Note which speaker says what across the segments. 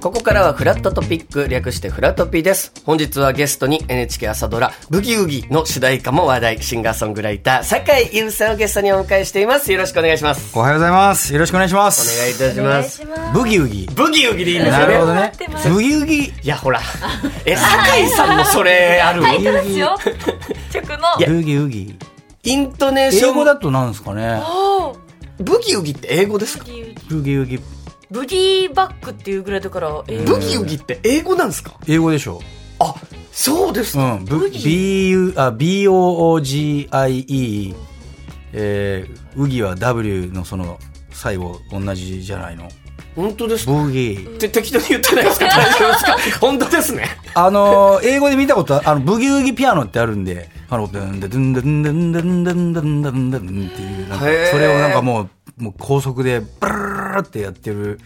Speaker 1: ここからはフラットトピック略してフラトピです本日はゲストに NHK 朝ドラ「ブギウギ」の主題歌も話題シンガーソングライター酒井優さんをゲストにお迎えしていますよろしくお願いします
Speaker 2: おはようございます。よろしくお願いしま
Speaker 1: お
Speaker 2: す。
Speaker 1: 願いいたします
Speaker 2: ブギウギ。
Speaker 1: ブギウギでいいんです
Speaker 2: な
Speaker 1: よ
Speaker 2: るほ
Speaker 1: ね
Speaker 2: どね。ブギウギ。
Speaker 1: いやほらえ酒井さんもそれある
Speaker 3: タイトルですよ。曲の。
Speaker 2: ブギウギ。
Speaker 1: イントネーショ
Speaker 2: 英
Speaker 1: ン
Speaker 2: 語だとなんですかね。
Speaker 3: おー
Speaker 1: ブギウギって英語ですか
Speaker 3: ブギウギ
Speaker 2: ブギウギ。
Speaker 3: ブギーバックっていうぐらいだから、えー
Speaker 1: ブギウギって英語なんですか
Speaker 2: 英語でしょ。
Speaker 1: あそうです
Speaker 2: う
Speaker 1: か、
Speaker 2: ん。ブ B U あ B O O G I E。えー、ウギは W のその最後同じじゃないの。
Speaker 1: 本当ですか
Speaker 2: ブギ。
Speaker 1: って適当に言ってないですか大丈夫です か本当ですね
Speaker 2: あのー、英語で見たことああのブギウギピアノってあるんで、あのドゥンドゥンドゥンドゥンドゥンドゥンドゥンドゥンドゥンドゥンっていうなんか
Speaker 1: へー
Speaker 2: それをなんかもうもう高速でブルルルルルってやってる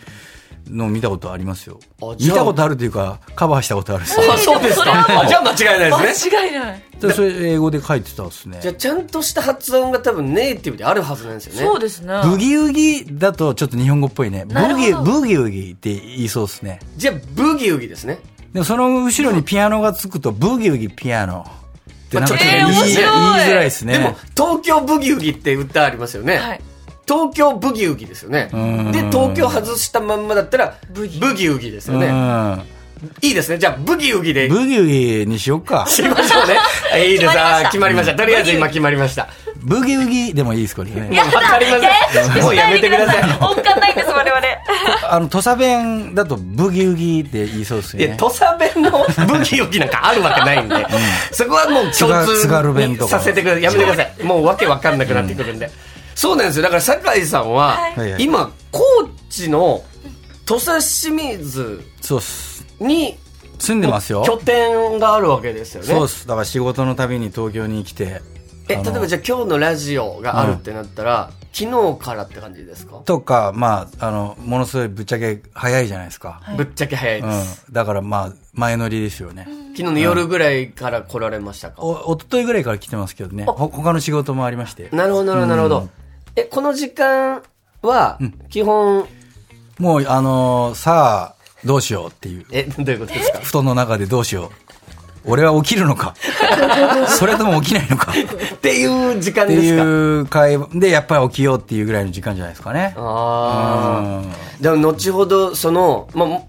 Speaker 2: のを見たことありますよ
Speaker 1: あ。じ
Speaker 2: 見
Speaker 1: ゃあ
Speaker 2: たことあるっていうかカバーしたことあるし。
Speaker 1: あそうです
Speaker 3: それは
Speaker 1: かあじゃあ間違いないですね
Speaker 3: 間違いない。
Speaker 2: で それ英語で書いてたんですね
Speaker 1: じゃ。あちゃんとした発音が多分ネイティブであるはずなんですよね
Speaker 3: そうですね。
Speaker 2: ブギウギだとちょっと日本語っぽいね。ブ
Speaker 3: なるほ
Speaker 2: ギ
Speaker 3: ど
Speaker 2: ブギウギって言いそうですね。
Speaker 1: じゃあブギウギですね
Speaker 2: でもその後ろにピアノがつくとブギウギピアノってなんかちょっと
Speaker 3: えー
Speaker 2: 言
Speaker 3: 面
Speaker 2: い,、
Speaker 3: 白い
Speaker 2: 言いづらいですね。
Speaker 1: でも東京ブギウギって歌ありますよね、
Speaker 3: はい。
Speaker 1: 東京ブギウギですよね
Speaker 2: ん
Speaker 1: で東京外したまんまだったら
Speaker 3: ブ
Speaker 1: ブ
Speaker 3: ギ
Speaker 1: ギウギですよね
Speaker 2: うん。
Speaker 1: いいですねじゃあブギウギで
Speaker 2: ブギウギにしよっか。
Speaker 1: しましょうねえいいですあー 決
Speaker 3: 決
Speaker 1: ま
Speaker 3: まり
Speaker 1: り
Speaker 3: ま
Speaker 1: まし
Speaker 3: したた
Speaker 1: とりあえず今決まりま した
Speaker 2: ブギウギでもいいですかね。
Speaker 1: わかりませんもうやめてください
Speaker 3: 音感ないんです、我々。
Speaker 2: あの、土佐弁だとブギウギって言いそうです
Speaker 1: い
Speaker 2: よ
Speaker 1: や、
Speaker 2: ね。
Speaker 1: 土佐弁のブギウギなんかあるわけないんで、そこはもう共
Speaker 2: 津軽
Speaker 1: 通
Speaker 2: 弁
Speaker 1: に
Speaker 2: とか
Speaker 1: させてください。やめてください。もうわけわかんなくなってくるんで。そうなんですよ。だから酒井さんは、
Speaker 2: はいはい
Speaker 1: 今、高知の土佐清水
Speaker 2: そうっす。
Speaker 1: に
Speaker 2: 住んでますよ。
Speaker 1: 拠点があるわけですよね。
Speaker 2: そうっす。だから仕事のたびに東京に来て。
Speaker 1: え、
Speaker 2: あ
Speaker 1: 例え
Speaker 2: の
Speaker 1: ばじゃあ今日のラジオがあるってなったら、昨日からって感じですか
Speaker 2: とか、まあ、あの、ものすごいぶっちゃけ早いじゃないですか。
Speaker 1: ぶっちゃけ早いです。
Speaker 2: うん。だからまあ、前乗りですよね。
Speaker 1: 昨日の夜ぐらいから来られましたか
Speaker 2: お、おとといぐらいから来てますけどね。ほ他の仕事もありまして。
Speaker 1: なるほど、なるほど、なるほど。え、この時間は、基本、
Speaker 2: もう、あのーさあ、どうしようっていう。
Speaker 1: え、 どういうことです か
Speaker 2: 布団の中でどうしよう。俺は起きるの かそれとも起きないのか
Speaker 1: っていう時間
Speaker 2: って
Speaker 1: ですか
Speaker 2: いう会話でやっぱり起きようっていうぐらいの時間じゃないですかね。
Speaker 1: ああ。でも後ほど、その、まあ、も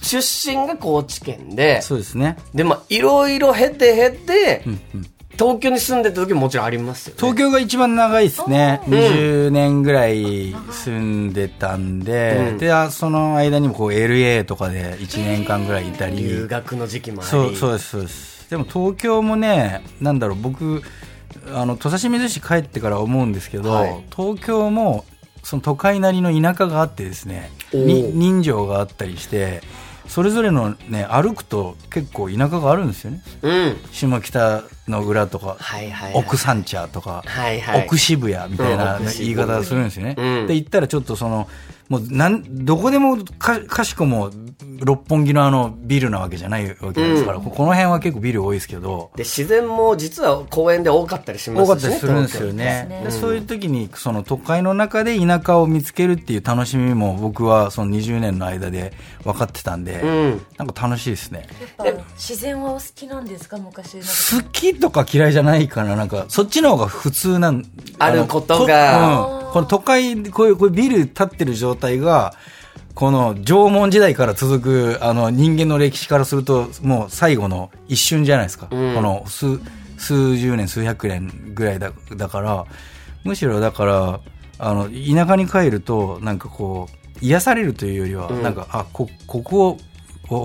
Speaker 1: 出身が高知県で、
Speaker 2: そうですね。
Speaker 1: で、まあ、いろいろ経て経て、東京に住んでた時ももちろんありますよね。
Speaker 2: 東京が一番長いですね。20年ぐらい住んでたんで、
Speaker 1: うん
Speaker 2: で、あその間にもこう LA とかで1年間ぐらいいたり、
Speaker 1: 留学の時期もあり。
Speaker 2: そうそう
Speaker 1: う。
Speaker 2: です、そうです。でも東京もね、なんだろう、僕、あの、土佐清水市帰ってから思うんですけど、
Speaker 1: はい
Speaker 2: 東京も、その都会なりの田舎があってですね、に
Speaker 1: おう
Speaker 2: 人情があったりして、それぞれのね、歩くと結構田舎があるんですよね。
Speaker 1: うん。
Speaker 2: 下北の裏とか、
Speaker 1: はいはい、はい。
Speaker 2: 奥三茶とか、
Speaker 1: はいはい
Speaker 2: 奥渋谷みたいな
Speaker 1: うん奥渋
Speaker 2: 言い方するんですよね。
Speaker 1: うん
Speaker 2: で行ったらちょっとそのもうなんどこでもかかしこも六本木のあのビルなわけじゃないわけですから、ここの辺は結構ビル多いですけど。
Speaker 1: で、自然も実は公園で多かったりします
Speaker 2: 多
Speaker 1: しね。
Speaker 2: かったりするんです
Speaker 3: そう
Speaker 2: よね。
Speaker 3: ですね
Speaker 2: でそういう時に、その都会の中で田舎を見つけるっていう楽しみも僕はその20年の間で分かってたんで、
Speaker 1: 東京。うん。
Speaker 2: なんか楽しいですね。
Speaker 3: やっぱ自然はお好きなんですか、昔。なんか
Speaker 2: 好きとか嫌いじゃないかな、なんか、そっちの方が普通なん、
Speaker 1: ある
Speaker 2: の
Speaker 1: ことが
Speaker 2: とうん、この都会、こういう、こういうビル立ってる状態が、この縄文時代から続く、あの、人間の歴史からすると、もう最後の一瞬じゃないですか。
Speaker 1: ん
Speaker 2: この数、数十年、数百年ぐらいだ、だから、むしろだから、あの、田舎に帰ると、なんかこう、癒されるというよりは、
Speaker 1: ん
Speaker 2: なんか、あ、こ、ここを、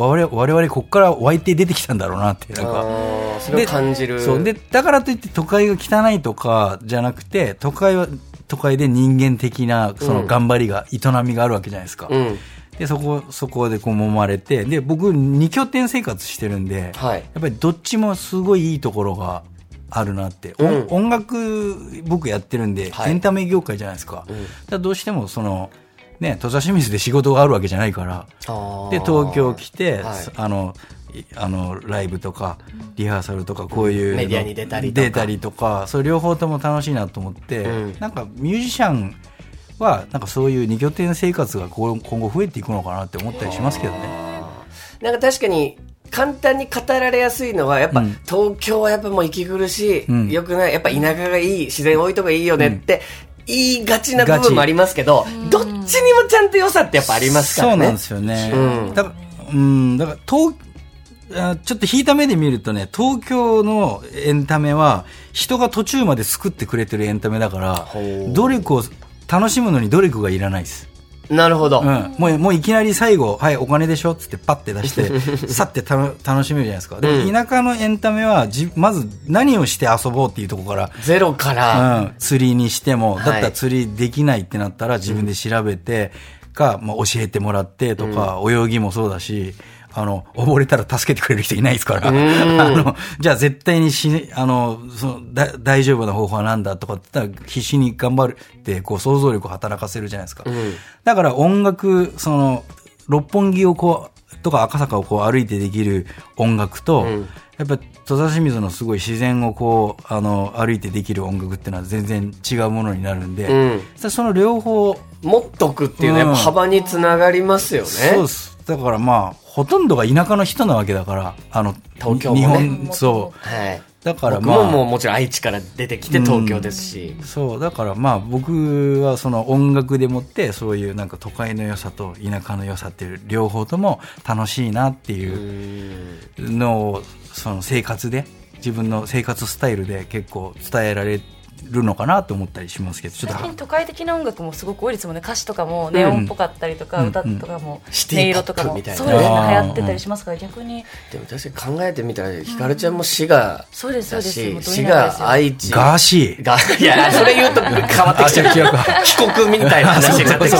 Speaker 2: 我々、我々ここから湧いて出てきたんだろうなって、なんか、
Speaker 1: あーそれを感じる。
Speaker 2: そうでだからといって都会が汚いとかじゃなくて都会は都会で人間的なそうの
Speaker 1: ん
Speaker 2: 頑張りが、営みがあるわけじゃないですか、
Speaker 1: うん。
Speaker 2: でそこそこでこう揉まれてで僕2拠点生活してるんで、
Speaker 1: はい。
Speaker 2: やっぱりどっちもすごいいいところがあるなって、お
Speaker 1: うん
Speaker 2: 音楽僕やってるんで、
Speaker 1: はい
Speaker 2: エンタメ業界じゃないですか,、
Speaker 1: うん
Speaker 2: だからどうしてもそのね土佐清水で仕事があるわけじゃないからで東京来て、
Speaker 1: はい
Speaker 2: あのいあのライブとかリハーサルとかこういうの
Speaker 1: メディアに出たりとか
Speaker 2: 出たりとかそう両方とも楽しいなと思って、
Speaker 1: うん
Speaker 2: なんかミュージシャンはなんかそういう二拠点生活がこう今後増えていくのかなって思ったりしますけどね。
Speaker 1: なんか確かに簡単に語られやすいのはやっぱ、
Speaker 2: うん
Speaker 1: 東京はやっぱもう息苦しい、
Speaker 2: うん
Speaker 1: よくないやっぱ田舎がいい自然多いとこいいよねって、言いがちな部分もありますけど、どっちにもちゃんと良さってやっぱありますからね。
Speaker 2: そうなんですよね。
Speaker 1: うん
Speaker 2: だうん、だから東あちょっと引いた目で見るとね、東京のエンタメは、人が途中まで作ってくれてるエンタメだから
Speaker 1: ほ、う
Speaker 2: 努力を、楽しむのに努力がいらないです。
Speaker 1: なるほど。
Speaker 2: うん、もうもういきなり最後、はい、お金でしょっつってパッて 出して、さってたの楽しめるじゃないですか。でも
Speaker 1: うん
Speaker 2: 田舎のエンタメはじ、まず何をして遊ぼうっていうところから、
Speaker 1: ゼロから、
Speaker 2: うん、釣りにしても、だ
Speaker 1: はい
Speaker 2: ったら釣りできないってなったら自分で調べて、か、まあ、教えてもらってとか、泳ぎもそうだし、あの、溺れたら助けてくれる人いないです から、あの、じゃあ絶対にし、あの、その、だ大丈夫な方法は何だとかって言ったら、必死に頑張るって、こう、想像力を働かせるじゃないですか。だから音楽、その、六本木をこう、とか赤坂をこう歩いてできる音楽と、やっぱ戸田清水のすごい自然をこう、あの、歩いてできる音楽っていうのは全然違うものになるんで、
Speaker 1: うん
Speaker 2: その両方、
Speaker 1: 持っとくっていうのはやっぱ幅につながりますよね。
Speaker 2: そうです。だからまあ、ほとんどが田舎の人なわけだから、あの、
Speaker 1: 東京もね
Speaker 2: 日本、そう。
Speaker 1: はい。
Speaker 2: だから
Speaker 1: 僕
Speaker 2: まあ、
Speaker 1: ももうもちろん愛知から出てきて東京ですし。
Speaker 2: そうだからまあ僕はその音楽でもってそういうなんか都会の良さと田舎の良さっていう両方とも楽しいなっていうのをその生活で自分の生活スタイルで結構伝えられるのかなと思ったりしますけどちょ
Speaker 3: 最
Speaker 2: っ
Speaker 3: 近
Speaker 2: と
Speaker 3: 都会的な音楽もすごく多いですもんね歌詞とかもネオンっぽかったりとか、
Speaker 2: うん
Speaker 3: 歌とかも、
Speaker 1: シテ
Speaker 3: 音色と
Speaker 1: ィポップ
Speaker 3: かも
Speaker 1: みたいな
Speaker 3: そうですね
Speaker 2: あー
Speaker 3: 流行ってたりしますから逆に
Speaker 1: でも確かに考えてみたら、ひかるちゃんも滋賀
Speaker 3: そうですそう
Speaker 1: だ
Speaker 3: です
Speaker 1: し
Speaker 3: も、うど
Speaker 1: 滋
Speaker 3: 田舎です
Speaker 1: 賀、
Speaker 3: よ
Speaker 1: 愛知。
Speaker 2: ガーシー
Speaker 1: が、いや、それ言うと変わってきちゃう。
Speaker 2: あ違う違うか
Speaker 1: 帰国みたいな話になってきち ゃ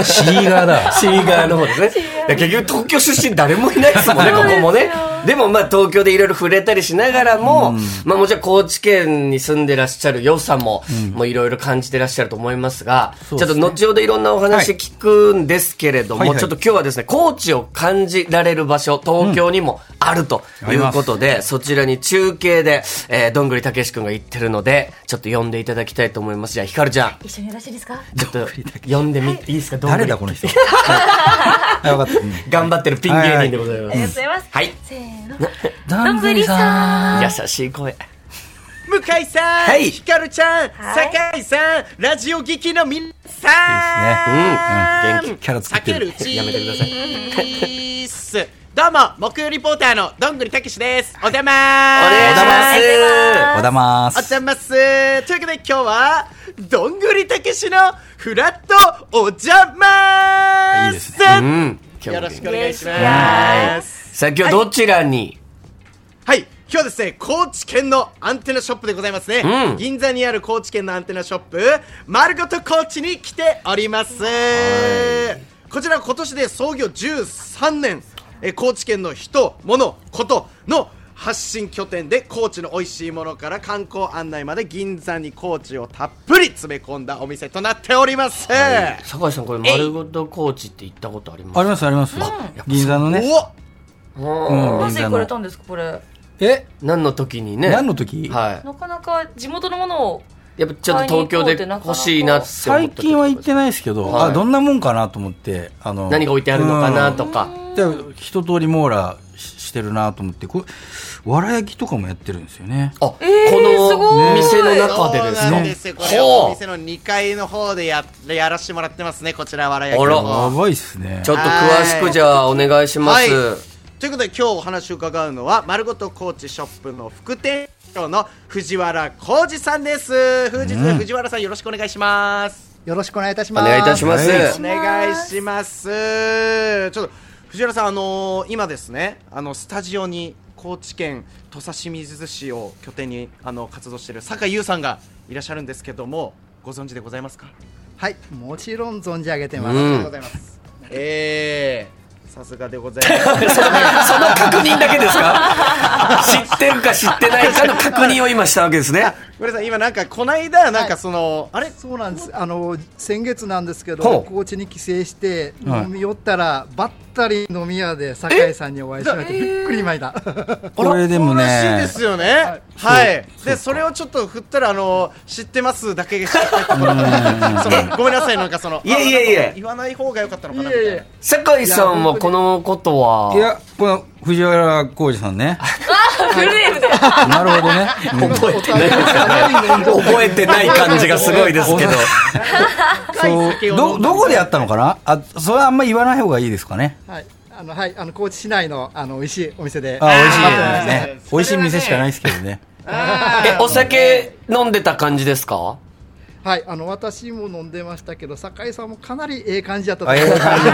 Speaker 1: う。
Speaker 2: シーガーだ
Speaker 1: シーガーの方ですね。いや結局東京出身誰もいないですもんね、ここもね。でもまあ東京でいろいろ触れたりしながらも、まあもちろん高知県に住んでらっしゃる良さも、もういろいろ感じてらっしゃると思いますが、
Speaker 2: そう
Speaker 1: ちょ
Speaker 2: で
Speaker 1: っ
Speaker 2: す
Speaker 1: と
Speaker 2: ね
Speaker 1: 後ほどいろんなお話聞くんですけれども、
Speaker 2: はいはい
Speaker 1: ちょっと今日はですね、高知を感じられる場所、東京にもあるということで、そちらに中継で、えー、どんぐりたけし君が行ってるので、ちょっと呼んでいただきたいと思います。じゃあひかるちゃん、
Speaker 3: 一緒によろしいですか
Speaker 1: ちょっと呼んでみていいですか、どんぐ
Speaker 2: 誰
Speaker 1: り
Speaker 2: だこの 人あよかった、うん
Speaker 1: 頑張ってるピン芸人でございま
Speaker 3: ありがとうご
Speaker 1: す。
Speaker 3: ざいます、
Speaker 1: はい
Speaker 3: せーの
Speaker 2: どんぐりさ
Speaker 1: 優しい声。
Speaker 4: 向井さん、
Speaker 1: はい
Speaker 4: ひかるちゃん、
Speaker 3: はい
Speaker 4: 酒井さん、ラジオ劇の皆さ
Speaker 1: い
Speaker 4: ん、
Speaker 1: いですねうんうん
Speaker 2: 元気キャラ作ってる
Speaker 4: 避ける
Speaker 1: やめてください
Speaker 4: い。 どうも、木曜リポーターのどんぐりたけしです。おだま
Speaker 1: お
Speaker 4: ー
Speaker 1: 願いし
Speaker 3: お願いし
Speaker 1: ま
Speaker 2: おだま
Speaker 4: お
Speaker 2: ーす
Speaker 4: 邪魔すというわけで今日はどんぐりたけしのフラットお邪魔
Speaker 2: いいです
Speaker 1: す。うん。
Speaker 4: よろしくお
Speaker 1: は
Speaker 4: 願いします
Speaker 1: い。さあ今日どちらに
Speaker 4: はい、今日はですね、高知県のアンテナショップでございますね。
Speaker 1: うん
Speaker 4: 銀座にある高知県のアンテナショップ、まるごと高知に来ております。こちら今年で創業13年、えー高知県の人、物、ことの発信拠点で高知の美味しいものから観光案内まで銀座に高知をたっぷり詰め込んだお店となっております。
Speaker 1: 酒井さんこれ丸ごと高知って行ったことあります
Speaker 2: ありますあります、銀座のね
Speaker 4: お
Speaker 1: うん
Speaker 3: なぜ行かれたんですかこれ
Speaker 2: え
Speaker 1: 何の時にね。
Speaker 2: 何の時
Speaker 1: は
Speaker 3: なかなか地元のものを
Speaker 1: い。やっぱちょっと東京で欲しいなって思
Speaker 2: 最
Speaker 1: った時とか
Speaker 2: 近は行ってないですけど、
Speaker 1: はい
Speaker 2: あどんなもんかなと思ってあの
Speaker 1: 何が置いてあるのかなとか。
Speaker 2: うんで一通り網羅ししてるなと思ってこれわら焼きとかもやってるんですよね
Speaker 1: あ、こ
Speaker 3: ーすご
Speaker 1: の
Speaker 3: い
Speaker 1: 店の中でです
Speaker 4: そうなん
Speaker 1: ね。
Speaker 4: ですよこれはお店の2階の方でややらしてもらってますねこちらわら焼きの
Speaker 1: あ
Speaker 4: 方
Speaker 2: やばいっすね
Speaker 1: ちょっと詳しくじゃあお願いしま
Speaker 4: はい
Speaker 1: す。。
Speaker 4: ということで今日お話を伺うのは丸ごとコーチショップの副店長の藤原浩二さんです。本日は藤原さんよろしくお願いします。
Speaker 5: よろしくお願いいたし
Speaker 1: お
Speaker 5: ます。
Speaker 1: 願いいたします。
Speaker 2: はい
Speaker 4: お願いします。ちょっと藤原さんあのー今ですねあのスタジオに高知県土佐清水市を拠点にあの活動している坂井優さんがいらっしゃるんですけどもご存知でございますか。
Speaker 5: はい、もちろん存じ上げてます。
Speaker 1: うん
Speaker 5: ありがとうございます。
Speaker 4: ええさすがでございます。
Speaker 1: そ の確認だけですか知ってるか知ってないかの確認を今したわけですね。
Speaker 4: ごめんなさい、今なんか、こないだ、なんかその、あれ
Speaker 5: そうなんです。あの先月なんですけど、
Speaker 1: ほう
Speaker 5: 高知に帰省して
Speaker 2: はい
Speaker 5: 飲み寄ったら、ばったり飲み屋で酒井さんにお会いしましてびっくりまいだ。
Speaker 2: これでもね、
Speaker 4: そうらしいですよね。はい。で、それをちょっと振ったら、あの、知ってますだけが知ってたところがそのごめんなさい、なんかその、
Speaker 1: いやいやいや
Speaker 4: あなんか言わない方が良かったのかなみ
Speaker 5: い
Speaker 4: た
Speaker 5: えい
Speaker 4: いな
Speaker 5: え。
Speaker 1: 酒井さんはこのことはい
Speaker 2: や、この藤原浩二さんね。
Speaker 3: フルネームで。
Speaker 2: なるほどね。うん
Speaker 1: 覚えてないですよね。覚えてない感じがすごいですけど。
Speaker 4: 深い酒
Speaker 2: そう
Speaker 4: を
Speaker 2: ど
Speaker 4: 飲んだ
Speaker 2: どこでやったのかなあそれはあんま言わない方がいいですかね
Speaker 5: はい。あのはい、あの高知市内のあの美味しいお店で。
Speaker 2: あ美味しい
Speaker 4: あー
Speaker 2: ね美味しい店しかないですけどね
Speaker 1: え、お酒飲んでた感じですか
Speaker 5: はい、あの私も飲んでましたけど、酒井さんもかなりええ感じやったと
Speaker 2: あ
Speaker 5: 思
Speaker 2: え
Speaker 5: い
Speaker 2: え
Speaker 5: ます。
Speaker 2: 感じね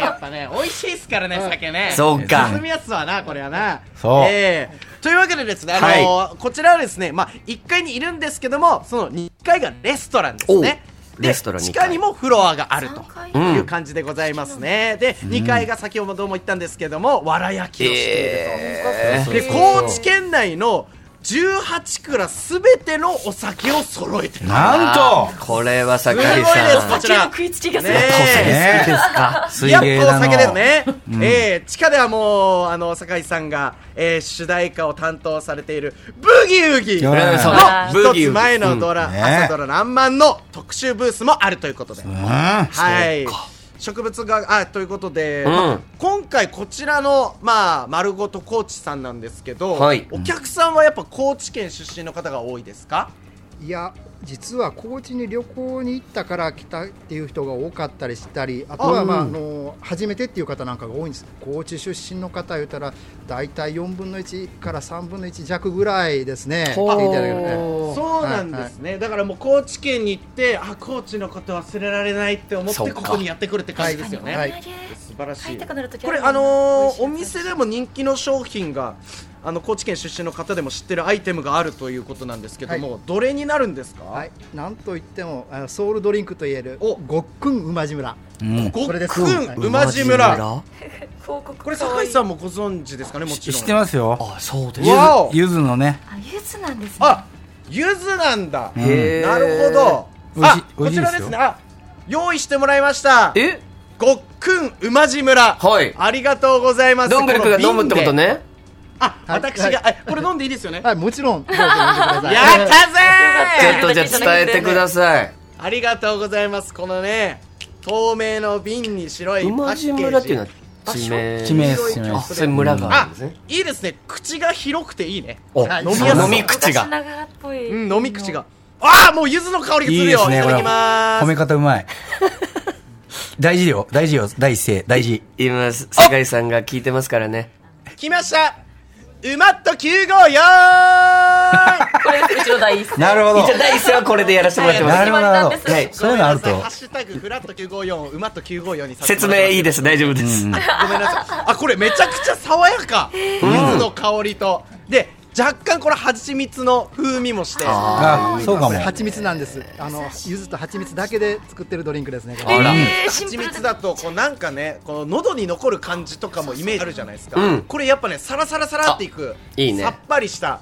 Speaker 4: やっぱね、美味しいですからね、酒ね。
Speaker 1: そうか
Speaker 4: 進みやすはな、これはな。
Speaker 2: そう
Speaker 4: ええというわけでですね、あのーこちらはですね、まあ、1階にいるんですけども、その2階がレストランですね。
Speaker 1: おう
Speaker 4: で
Speaker 1: レストラン
Speaker 4: 地
Speaker 1: 二階
Speaker 4: 下にもフロアがあると
Speaker 3: う
Speaker 4: いう感じでございますね。で、2階が先ほども言ったんですけども、わら焼きをしていると。で高知県内の18蔵すべてのお酒を揃えてる。
Speaker 2: なんと
Speaker 1: これは酒井
Speaker 4: すごいです
Speaker 1: さ
Speaker 4: こ
Speaker 1: ん。
Speaker 4: ちら
Speaker 3: 酒の食いつきがす
Speaker 4: ね
Speaker 3: ごい。
Speaker 4: え
Speaker 1: 好きですか
Speaker 2: 水
Speaker 4: やっ
Speaker 2: 芸
Speaker 4: ぱ
Speaker 2: だ
Speaker 4: お
Speaker 2: の
Speaker 4: 酒ですね、えー地下ではもうあの酒井さんが、えー主題歌を担当されている「ブギウギ」
Speaker 2: や
Speaker 4: の
Speaker 2: らないそう
Speaker 1: だブ
Speaker 4: 一
Speaker 1: ギウギ
Speaker 4: つ前のドラ、
Speaker 2: うんね
Speaker 4: 朝ドラ「らんまん」の特集ブースもあるということで、
Speaker 2: うん
Speaker 4: はい植物があということで、
Speaker 1: うん
Speaker 4: まあ今回こちらのまあ丸ごと高知さんなんですけど、
Speaker 1: はい
Speaker 4: お客さんはやっぱ高知県出身の方が多いですか、
Speaker 5: いや実は高知に旅行に行ったから来たっていう人が多かったりしたりあと
Speaker 4: あ
Speaker 5: は、まあ、
Speaker 4: う
Speaker 5: あ
Speaker 4: ん
Speaker 5: の初めてっていう方なんかが多いんです高知出身の方言ったら大体4分の1から3分の1弱ぐらいですね
Speaker 1: ほう
Speaker 5: 来ていただけるね
Speaker 4: そうなんですね、だからもう高知県に行ってあ高知のこと忘れられないって思っ
Speaker 1: そう
Speaker 4: て
Speaker 1: か
Speaker 4: ここにやってくるって感じですよね、
Speaker 5: はい
Speaker 4: 素晴らし
Speaker 3: 入
Speaker 4: い
Speaker 3: りたくなる時
Speaker 4: こ
Speaker 3: あ
Speaker 4: れ
Speaker 3: る
Speaker 4: あのーお
Speaker 3: で
Speaker 4: 店でも人気の商品があの高知県出身の方でも知ってるアイテムがあるということなんですけども、どれになるんですか、
Speaker 5: はい、なんといってもあのソウルドリンクといえる
Speaker 4: お
Speaker 5: ごっくん馬路村
Speaker 2: うん
Speaker 4: ごっ
Speaker 5: これです
Speaker 4: くん
Speaker 5: はい
Speaker 4: 馬路村
Speaker 3: 広告
Speaker 4: これ酒井さ
Speaker 3: ん
Speaker 4: んもご存知ですかねもちろん
Speaker 2: 知ってますよ
Speaker 1: あ、そうで
Speaker 2: ゆず
Speaker 1: す。
Speaker 4: わお
Speaker 2: ゆずのね
Speaker 3: あゆずなんですね
Speaker 4: あゆずなんだ
Speaker 2: うん
Speaker 1: へー
Speaker 4: なるほど
Speaker 2: 美味しい
Speaker 4: あ
Speaker 2: 美
Speaker 4: こ
Speaker 2: 味しい
Speaker 4: ち
Speaker 2: で
Speaker 4: ら
Speaker 2: すよ
Speaker 4: ですねあ用意してもらいました
Speaker 1: え
Speaker 4: ごっくん馬路村
Speaker 1: はい
Speaker 4: ありがとうございます
Speaker 1: どんぐりくんが飲むってこと
Speaker 4: の瓶で
Speaker 1: ね
Speaker 4: あ
Speaker 5: はい
Speaker 4: 私があこれ飲んでいいですよねやっ
Speaker 5: はいもちろんどうぞ飲んでくだ
Speaker 4: た
Speaker 5: さい
Speaker 4: ぜ
Speaker 1: ちょ
Speaker 4: ー
Speaker 1: っとじゃあ伝えてください。
Speaker 4: ありがとうございますこのね透明の瓶に白いパ
Speaker 1: 馬
Speaker 4: ッ
Speaker 1: 路
Speaker 4: ケージ
Speaker 1: 村っていうのは地名。
Speaker 2: 地名です
Speaker 4: 白い
Speaker 2: 地名
Speaker 1: あ、
Speaker 2: です
Speaker 1: そういう村がある
Speaker 4: あ
Speaker 1: んですね。
Speaker 4: いいですね口が広くていいね
Speaker 1: お、
Speaker 5: はい
Speaker 1: 飲みやすい
Speaker 4: 飲み
Speaker 1: 口
Speaker 3: 昔
Speaker 1: が。
Speaker 3: ながらっぽい
Speaker 4: うん飲み口がああもう柚子の香りがす
Speaker 2: いい
Speaker 4: る
Speaker 2: で
Speaker 4: よ
Speaker 2: す
Speaker 4: い
Speaker 2: ね
Speaker 4: た
Speaker 2: これ
Speaker 4: だきま
Speaker 2: 褒め
Speaker 4: ーす
Speaker 2: 方うま い大事よ大事よ第一声大事
Speaker 1: 今、酒井さんが聞いてますからね。
Speaker 4: 来ました馬と9号よーい
Speaker 3: これうちの第一声
Speaker 2: なるほど
Speaker 1: 一応第一声はこれでやらせてもらってます
Speaker 2: な。るほどなるほど
Speaker 3: 決まりなんです
Speaker 2: はいそういうのあると
Speaker 4: ごめんなさいハッシュタグフラット954馬と954にさせて
Speaker 1: 説
Speaker 4: も
Speaker 1: 明
Speaker 4: ら
Speaker 1: いい
Speaker 4: います
Speaker 1: です。大丈夫です。
Speaker 4: ごめんなさいあこれめちゃくちゃ爽やか柚子の香りとで若干これ蜂蜜の風味もして
Speaker 2: あそうかも
Speaker 5: 蜂蜜なんですあの柚子と蜂蜜だけで作ってるドリンクですね
Speaker 1: あら。
Speaker 3: えーシンプ
Speaker 4: 蜂
Speaker 3: ル
Speaker 4: 蜜だとこうなんかねこの喉に残る感じとかもイメージあるじゃないですか、
Speaker 1: うん
Speaker 4: これやっぱねサラサラサラっていく
Speaker 1: いいね
Speaker 4: さっぱりした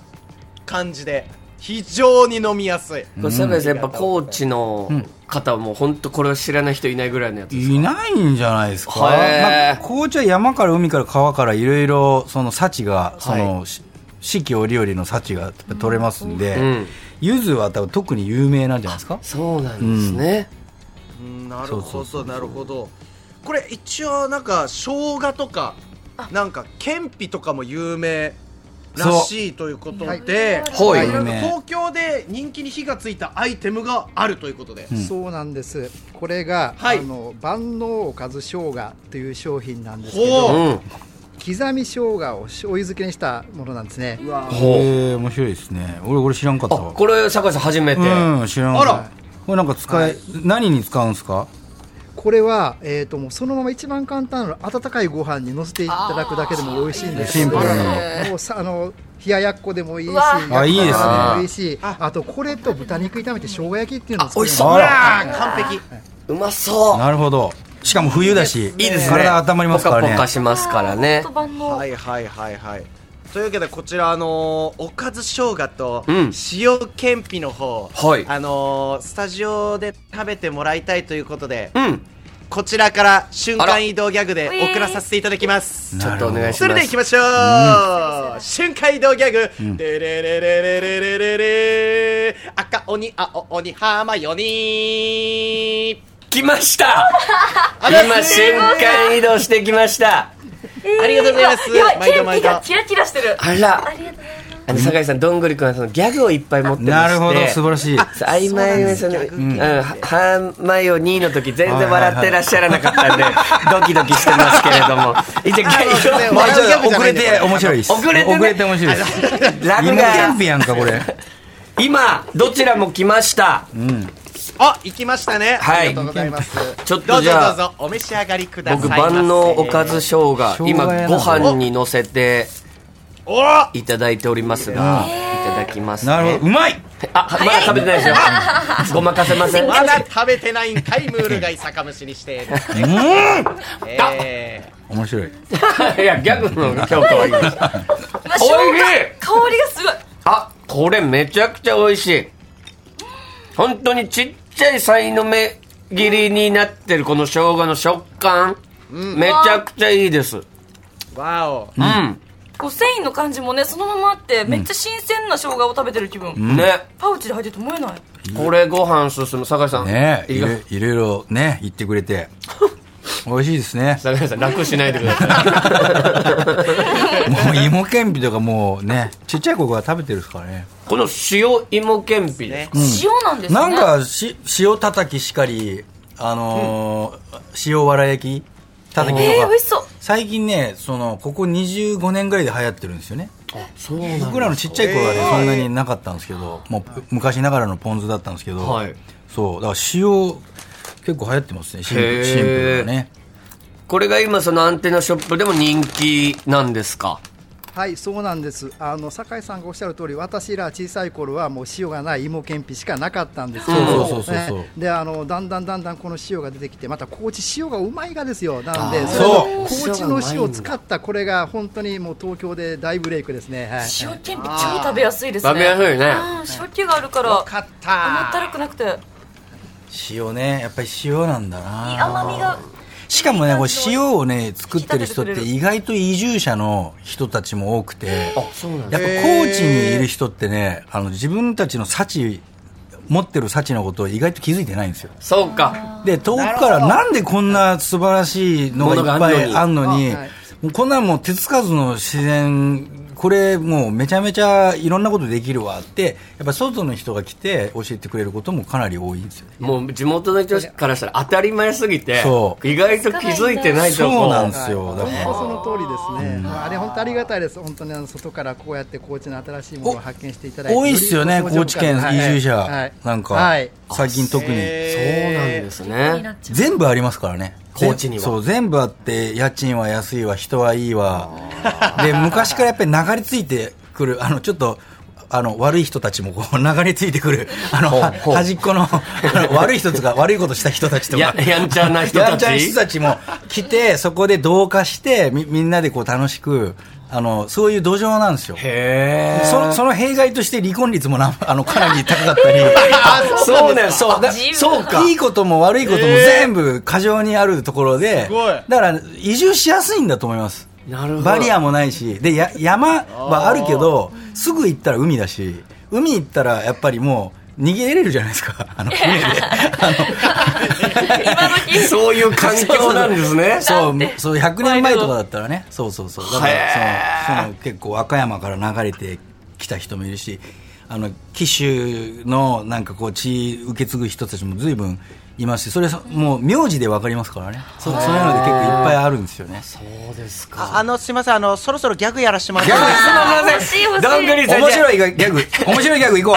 Speaker 4: 感じで非常に飲みやすい
Speaker 1: これ酒井さん、やっぱ高知の方も本当これを知らない人いないぐらいのやつです。
Speaker 2: いないんじゃないですか、
Speaker 1: へー
Speaker 2: まあ、高知は山から海から川からいろいろその幸がその、
Speaker 1: は
Speaker 2: し四季折々の幸が取れますんで、
Speaker 1: うん
Speaker 2: 柚子は多分特に有名なんじゃないですか
Speaker 1: そうなんですね。
Speaker 4: うんなる
Speaker 2: そうそ
Speaker 4: ほ
Speaker 2: うそ
Speaker 4: どなるほどこれ一応なんか生姜とかなんかけんぴとかも有名らしいということで、
Speaker 1: そうはい
Speaker 4: いろ
Speaker 2: 有
Speaker 4: いろ
Speaker 2: 名
Speaker 4: 東京で人気に火がついたアイテムがあるということで、
Speaker 5: そうなんです。これが、
Speaker 4: はい
Speaker 5: あの万能おかず生姜という商品なんですけど、
Speaker 4: ほう、
Speaker 1: うん。
Speaker 5: 刻み生姜を醤油漬けにしたものなんですね。
Speaker 2: へえ面白いですね俺俺知らんかった
Speaker 1: あ、
Speaker 2: わ
Speaker 1: これ酒井さん初めて。
Speaker 2: うん知らんかっ
Speaker 4: あら
Speaker 2: たこれなんか使い、何に使うんですか
Speaker 5: これはえっ、ともうそのまま一番簡単な温かいご飯に乗せていただくだけでも美味しいんです。
Speaker 2: シンプルなの
Speaker 5: もうさあの冷ややっこでもいいし、
Speaker 3: うわ
Speaker 2: あいいですね
Speaker 5: 焼きそばでもいいし、あとこれと豚肉炒めて生姜焼きっていうのを作
Speaker 1: 美味
Speaker 5: る
Speaker 1: し
Speaker 5: う
Speaker 1: そう
Speaker 2: あら
Speaker 4: あー完璧
Speaker 1: うまそう。
Speaker 2: なるほどしかも冬だ
Speaker 1: い
Speaker 2: し
Speaker 1: いですね。
Speaker 2: 体温まりますからね
Speaker 1: ポカポカしますからね
Speaker 3: 本当。万能
Speaker 4: はいはいはいはいというわけでこちらあのーおかず生姜と
Speaker 1: うん
Speaker 4: 塩けんぴの方、
Speaker 1: はい
Speaker 4: あのースタジオで食べてもらいたいということで、
Speaker 1: うん。
Speaker 4: こちらから瞬
Speaker 1: あら
Speaker 4: 間移動ギャグで送らさせていただきます
Speaker 1: ちょっとお願いします。
Speaker 4: それでは行きましょう、瞬間移動ギャグ、でれれれれれれれれ赤鬼青鬼浜よに
Speaker 1: 来ました
Speaker 4: ありがとうご
Speaker 1: 今
Speaker 4: ざいます
Speaker 1: 瞬間移動してきました
Speaker 4: ありがとうございます
Speaker 3: やばい、
Speaker 4: 毎度毎
Speaker 3: ケンピが
Speaker 4: 度
Speaker 3: キラキラしてる。
Speaker 1: あら
Speaker 3: ありがとうございます。
Speaker 1: あの酒井さんどんぐりくんはそのギャグをいっぱい持ってまして
Speaker 2: なるほど、素晴らしい。
Speaker 1: そう曖昧にその、うん、ハーマイオニーの時全然笑ってらっしゃらなかったんで、ドキドキしてますけれども。一応、
Speaker 4: あの
Speaker 2: まあ
Speaker 4: 笑う
Speaker 2: ちょっと
Speaker 4: ギャグじゃ
Speaker 2: 遅
Speaker 4: な
Speaker 2: れ
Speaker 4: いんだ
Speaker 2: て面白いです。
Speaker 1: 遅れてね
Speaker 2: 遅れて面白いで
Speaker 1: ラ
Speaker 2: す。イ
Speaker 1: グ
Speaker 2: ムキャ
Speaker 1: が
Speaker 2: ンピ、やんか、これ。
Speaker 1: 今、どちらも来ました。
Speaker 4: あ行きましたね、
Speaker 1: はい
Speaker 4: ありがとうございます
Speaker 1: ちょっ
Speaker 4: ど
Speaker 1: と
Speaker 4: う
Speaker 1: じ
Speaker 4: ぞどう
Speaker 1: ゃあ、
Speaker 4: ぞお召し上がりください
Speaker 1: 僕、
Speaker 4: ませ
Speaker 1: 万能おかず生姜、
Speaker 2: 生姜
Speaker 1: 今、
Speaker 2: やな
Speaker 1: ご飯に乗せて
Speaker 4: おー
Speaker 1: いただいておりますが、いただきます、ね。
Speaker 2: なるほど、うまい
Speaker 1: あ、まだ食べてないですよ。ごまかせません。
Speaker 4: まだ食べてないんかいムール貝酒蒸しに して、え
Speaker 2: 面白い。
Speaker 1: いや、ギャグの評価はいいです。
Speaker 3: まあ
Speaker 1: おい
Speaker 3: 生
Speaker 1: しい
Speaker 3: 姜香りがすごい。
Speaker 1: あ、これめちゃくちゃ美味しい。本当にちっちゃいさいの目切りになってるこの生姜の食感、めちゃくちゃいいです。う
Speaker 4: ー、わお
Speaker 1: ん。
Speaker 3: こう繊維の感じもね、そのままあって、めっちゃ新鮮な生姜を食べてる気分。
Speaker 1: ね。
Speaker 3: パウチで入ってて思えない。
Speaker 1: これご飯進む。酒井さん。
Speaker 2: ね
Speaker 1: い
Speaker 2: い
Speaker 1: か
Speaker 2: ろいろいろね、言ってくれて。美味しいですね。
Speaker 1: 酒井さん、楽しないでくださ
Speaker 2: もう芋けんぴとかもうね、ちっちゃい子が食べてるですから ね。
Speaker 1: い。この塩芋けんぴですか。
Speaker 3: 塩なんですね。
Speaker 2: なんかし、塩たたきしかり、あのー塩わら焼きたたきとか。
Speaker 3: えー、美味しそう。
Speaker 2: 最近ね、その、ここ25年ぐらいで流行ってるんですよね。
Speaker 1: そうなん
Speaker 2: 僕らのちっちゃい頃はね、そんなになかったんですけど、もう昔ながらのポン酢だったんですけど、
Speaker 1: はい
Speaker 2: そう、だから塩、結構流行ってますね、シンプ
Speaker 1: へー
Speaker 2: ルシンプルがね。
Speaker 1: これが今そのアンテナショップでも人気なんですか。
Speaker 5: はいそうなんですあの酒井さんがおっしゃる通り私ら小さい頃はもう塩がない芋けんぴしかなかったんですけど
Speaker 2: そうそうそうそう
Speaker 5: ね
Speaker 2: そう
Speaker 5: であのだんだんだんだんこの塩が出てきてまた高知塩がうまいがですよなんで
Speaker 2: そう
Speaker 5: その高知の塩を使ったこれが本当にもう東京で大ブレイクですね、はい、
Speaker 3: 塩けんぴ超食べやすいですね。
Speaker 1: 食べやすいね
Speaker 3: うん、塩気があるから、
Speaker 4: 勝った
Speaker 3: 甘ったるくなくて、
Speaker 2: 塩ね、やっぱり塩なんだな。
Speaker 3: 甘みが。
Speaker 2: しかもね、これ塩をね、作ってる人って意外と移住者の人たちも多くて、やっぱ高知にいる人ってね、あの自分たちの幸、持ってる幸のことを意外と気づいてないんですよ。
Speaker 1: そうか。
Speaker 2: で、遠くからなんでこんな素晴らしいのがいっぱいあんのに
Speaker 5: ものがあんのにあはい、
Speaker 2: もうこんなんもう手つかずの自然、これもうめちゃめちゃいろんなことできるわって、やっぱ外の人が来て教えてくれることもかなり多いんですよね。
Speaker 1: もう地元の人からしたら当たり前すぎて
Speaker 2: そ、う
Speaker 1: 意外と気づいてないとこ
Speaker 2: そうなんですよ。だか
Speaker 5: 本
Speaker 2: ら
Speaker 5: 当その通りですね、まあ、あれ本当ありがたいです本当にあの外からこうやって高知の新しいものを発見していただいて
Speaker 2: 多いっすよね、
Speaker 5: より
Speaker 2: 高知県移
Speaker 5: はい
Speaker 2: 住
Speaker 5: は
Speaker 2: 者
Speaker 5: い。
Speaker 2: なんか
Speaker 5: はい、
Speaker 2: 最近特に。
Speaker 1: そうなん
Speaker 4: え
Speaker 1: ですね。
Speaker 2: 全部ありますからね。
Speaker 1: 高知には
Speaker 2: そう、全部あって、家賃は安いわ、人はいいわ。で、昔からやっぱり流れ着いてくる、あの、ちょっと、あの、悪い人たちもこう 流れ着いてくる、あの、は
Speaker 1: ほう
Speaker 2: 端っこの、あの悪い人と か、悪いことした人たちと
Speaker 1: や
Speaker 2: か。
Speaker 1: やんちゃな人たち
Speaker 2: やんちゃな人たちも来て、そこで同化して、みみんなでこう楽しく、あの、そういう土壌なんですよ。
Speaker 1: へえ。
Speaker 2: そのその弊害として離婚率もな あのかなり高かっ たり、
Speaker 1: あ、そうなんそうだ。
Speaker 3: 自由
Speaker 1: そうか。
Speaker 2: いいことも悪いことも全部過剰にあるところで、
Speaker 4: ごい
Speaker 2: だから移住しやすいんだと思います。
Speaker 1: なるほど
Speaker 2: バリアもないし、で、や山はあるけど、すぐ行ったら海だし、海行ったらやっぱりもう逃げれるじゃないですか、あの船 で。
Speaker 3: 今時。
Speaker 1: そういう環境なんですね。
Speaker 2: そう、そう、100年前とかだったらね、そうそうそう。だか
Speaker 1: へ
Speaker 2: ら、その、その結構和歌山から流れてきた人もいるし、あの、紀州のなんかこう、血受け継ぐ人たちも随分いますし、それはもう名字でわかりますからね。そそういうので結構いっぱいあるんですよね。
Speaker 1: そうですか。
Speaker 4: ああのすいませんあのそろそろギャグやらしてもらってもいいですか
Speaker 3: あー欲しい欲しい。
Speaker 1: どんぐりさん
Speaker 2: 面白いギャグ、面白いギャグ行こ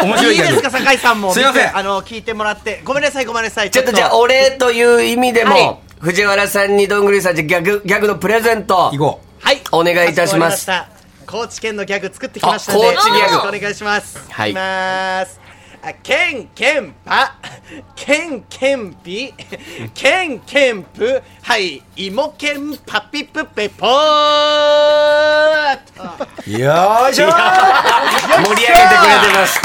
Speaker 2: う。面白
Speaker 4: い
Speaker 2: いギ
Speaker 4: いで
Speaker 2: ャ
Speaker 4: す
Speaker 2: グ。
Speaker 4: か酒井さんも
Speaker 2: すいません
Speaker 4: 見てあの聞いてもらってごめんなさいごめんなさい
Speaker 1: ちょっとじゃあ、お礼という意味でも、
Speaker 4: はい
Speaker 1: 藤原さんにどんぐりさんじゃギャグ、ギャグのプレゼント。
Speaker 2: 行こう。
Speaker 4: はい
Speaker 1: お願いいたします
Speaker 4: かしこまりました高知県のギャグ作ってきましたんで
Speaker 1: あ高知ギャグ
Speaker 4: よろしくお願いします
Speaker 1: はい
Speaker 4: きますあケンケンパケンケンピケンケンプはいイモケンパピプペポー
Speaker 2: よーい
Speaker 1: 盛り上げてく
Speaker 2: しょ
Speaker 1: れてます。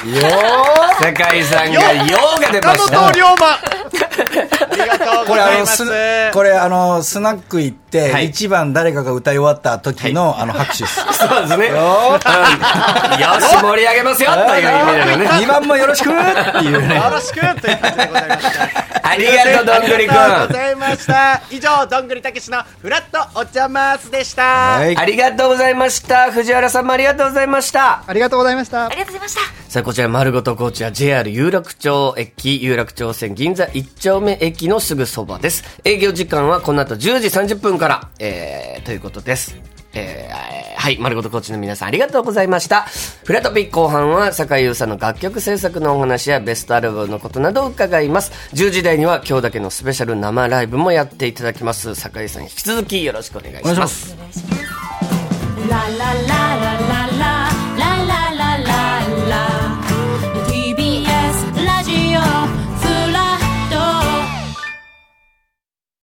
Speaker 1: 酒井さんがよーが出ま
Speaker 4: 岡
Speaker 1: した。
Speaker 4: 本龍馬ありがとうご
Speaker 2: これ
Speaker 4: ざ
Speaker 2: あ
Speaker 4: い
Speaker 2: の
Speaker 4: ます
Speaker 2: すこれあのスナック行って
Speaker 1: はい
Speaker 2: 1番誰かが歌い終わった時のあの拍手です
Speaker 1: そうですね。うんよし、盛り上げますよという意味でのね。
Speaker 2: 2番もよろしくっていうね
Speaker 4: よろしくということでございました
Speaker 1: ありがとう、どんぐりくん。
Speaker 4: ありがとうご
Speaker 1: あ
Speaker 4: ざいました以上どんぐりたけしのフラットお邪魔すでした
Speaker 2: はい
Speaker 1: りがとうございました。藤原さんもありがとうございました。
Speaker 5: ありがとうございました
Speaker 3: ありがとうございました。
Speaker 1: さあ、こちら、丸ごとコーチは JR 有楽町駅、有楽町線銀座1丁目駅のすぐそばです。営業時間はこの後10時30分から、えー、ということです。えー、はい、丸ごとコーチの皆さんありがとうございました。フラトピック後半は、坂井優さんの楽曲制作のお話やベストアルバムのことなどを伺います。10時台には今日だけのスペシャル生ライブもやっていただきます。坂井さん引き続きよろしくお願いします。
Speaker 2: お願いします
Speaker 3: ララララララ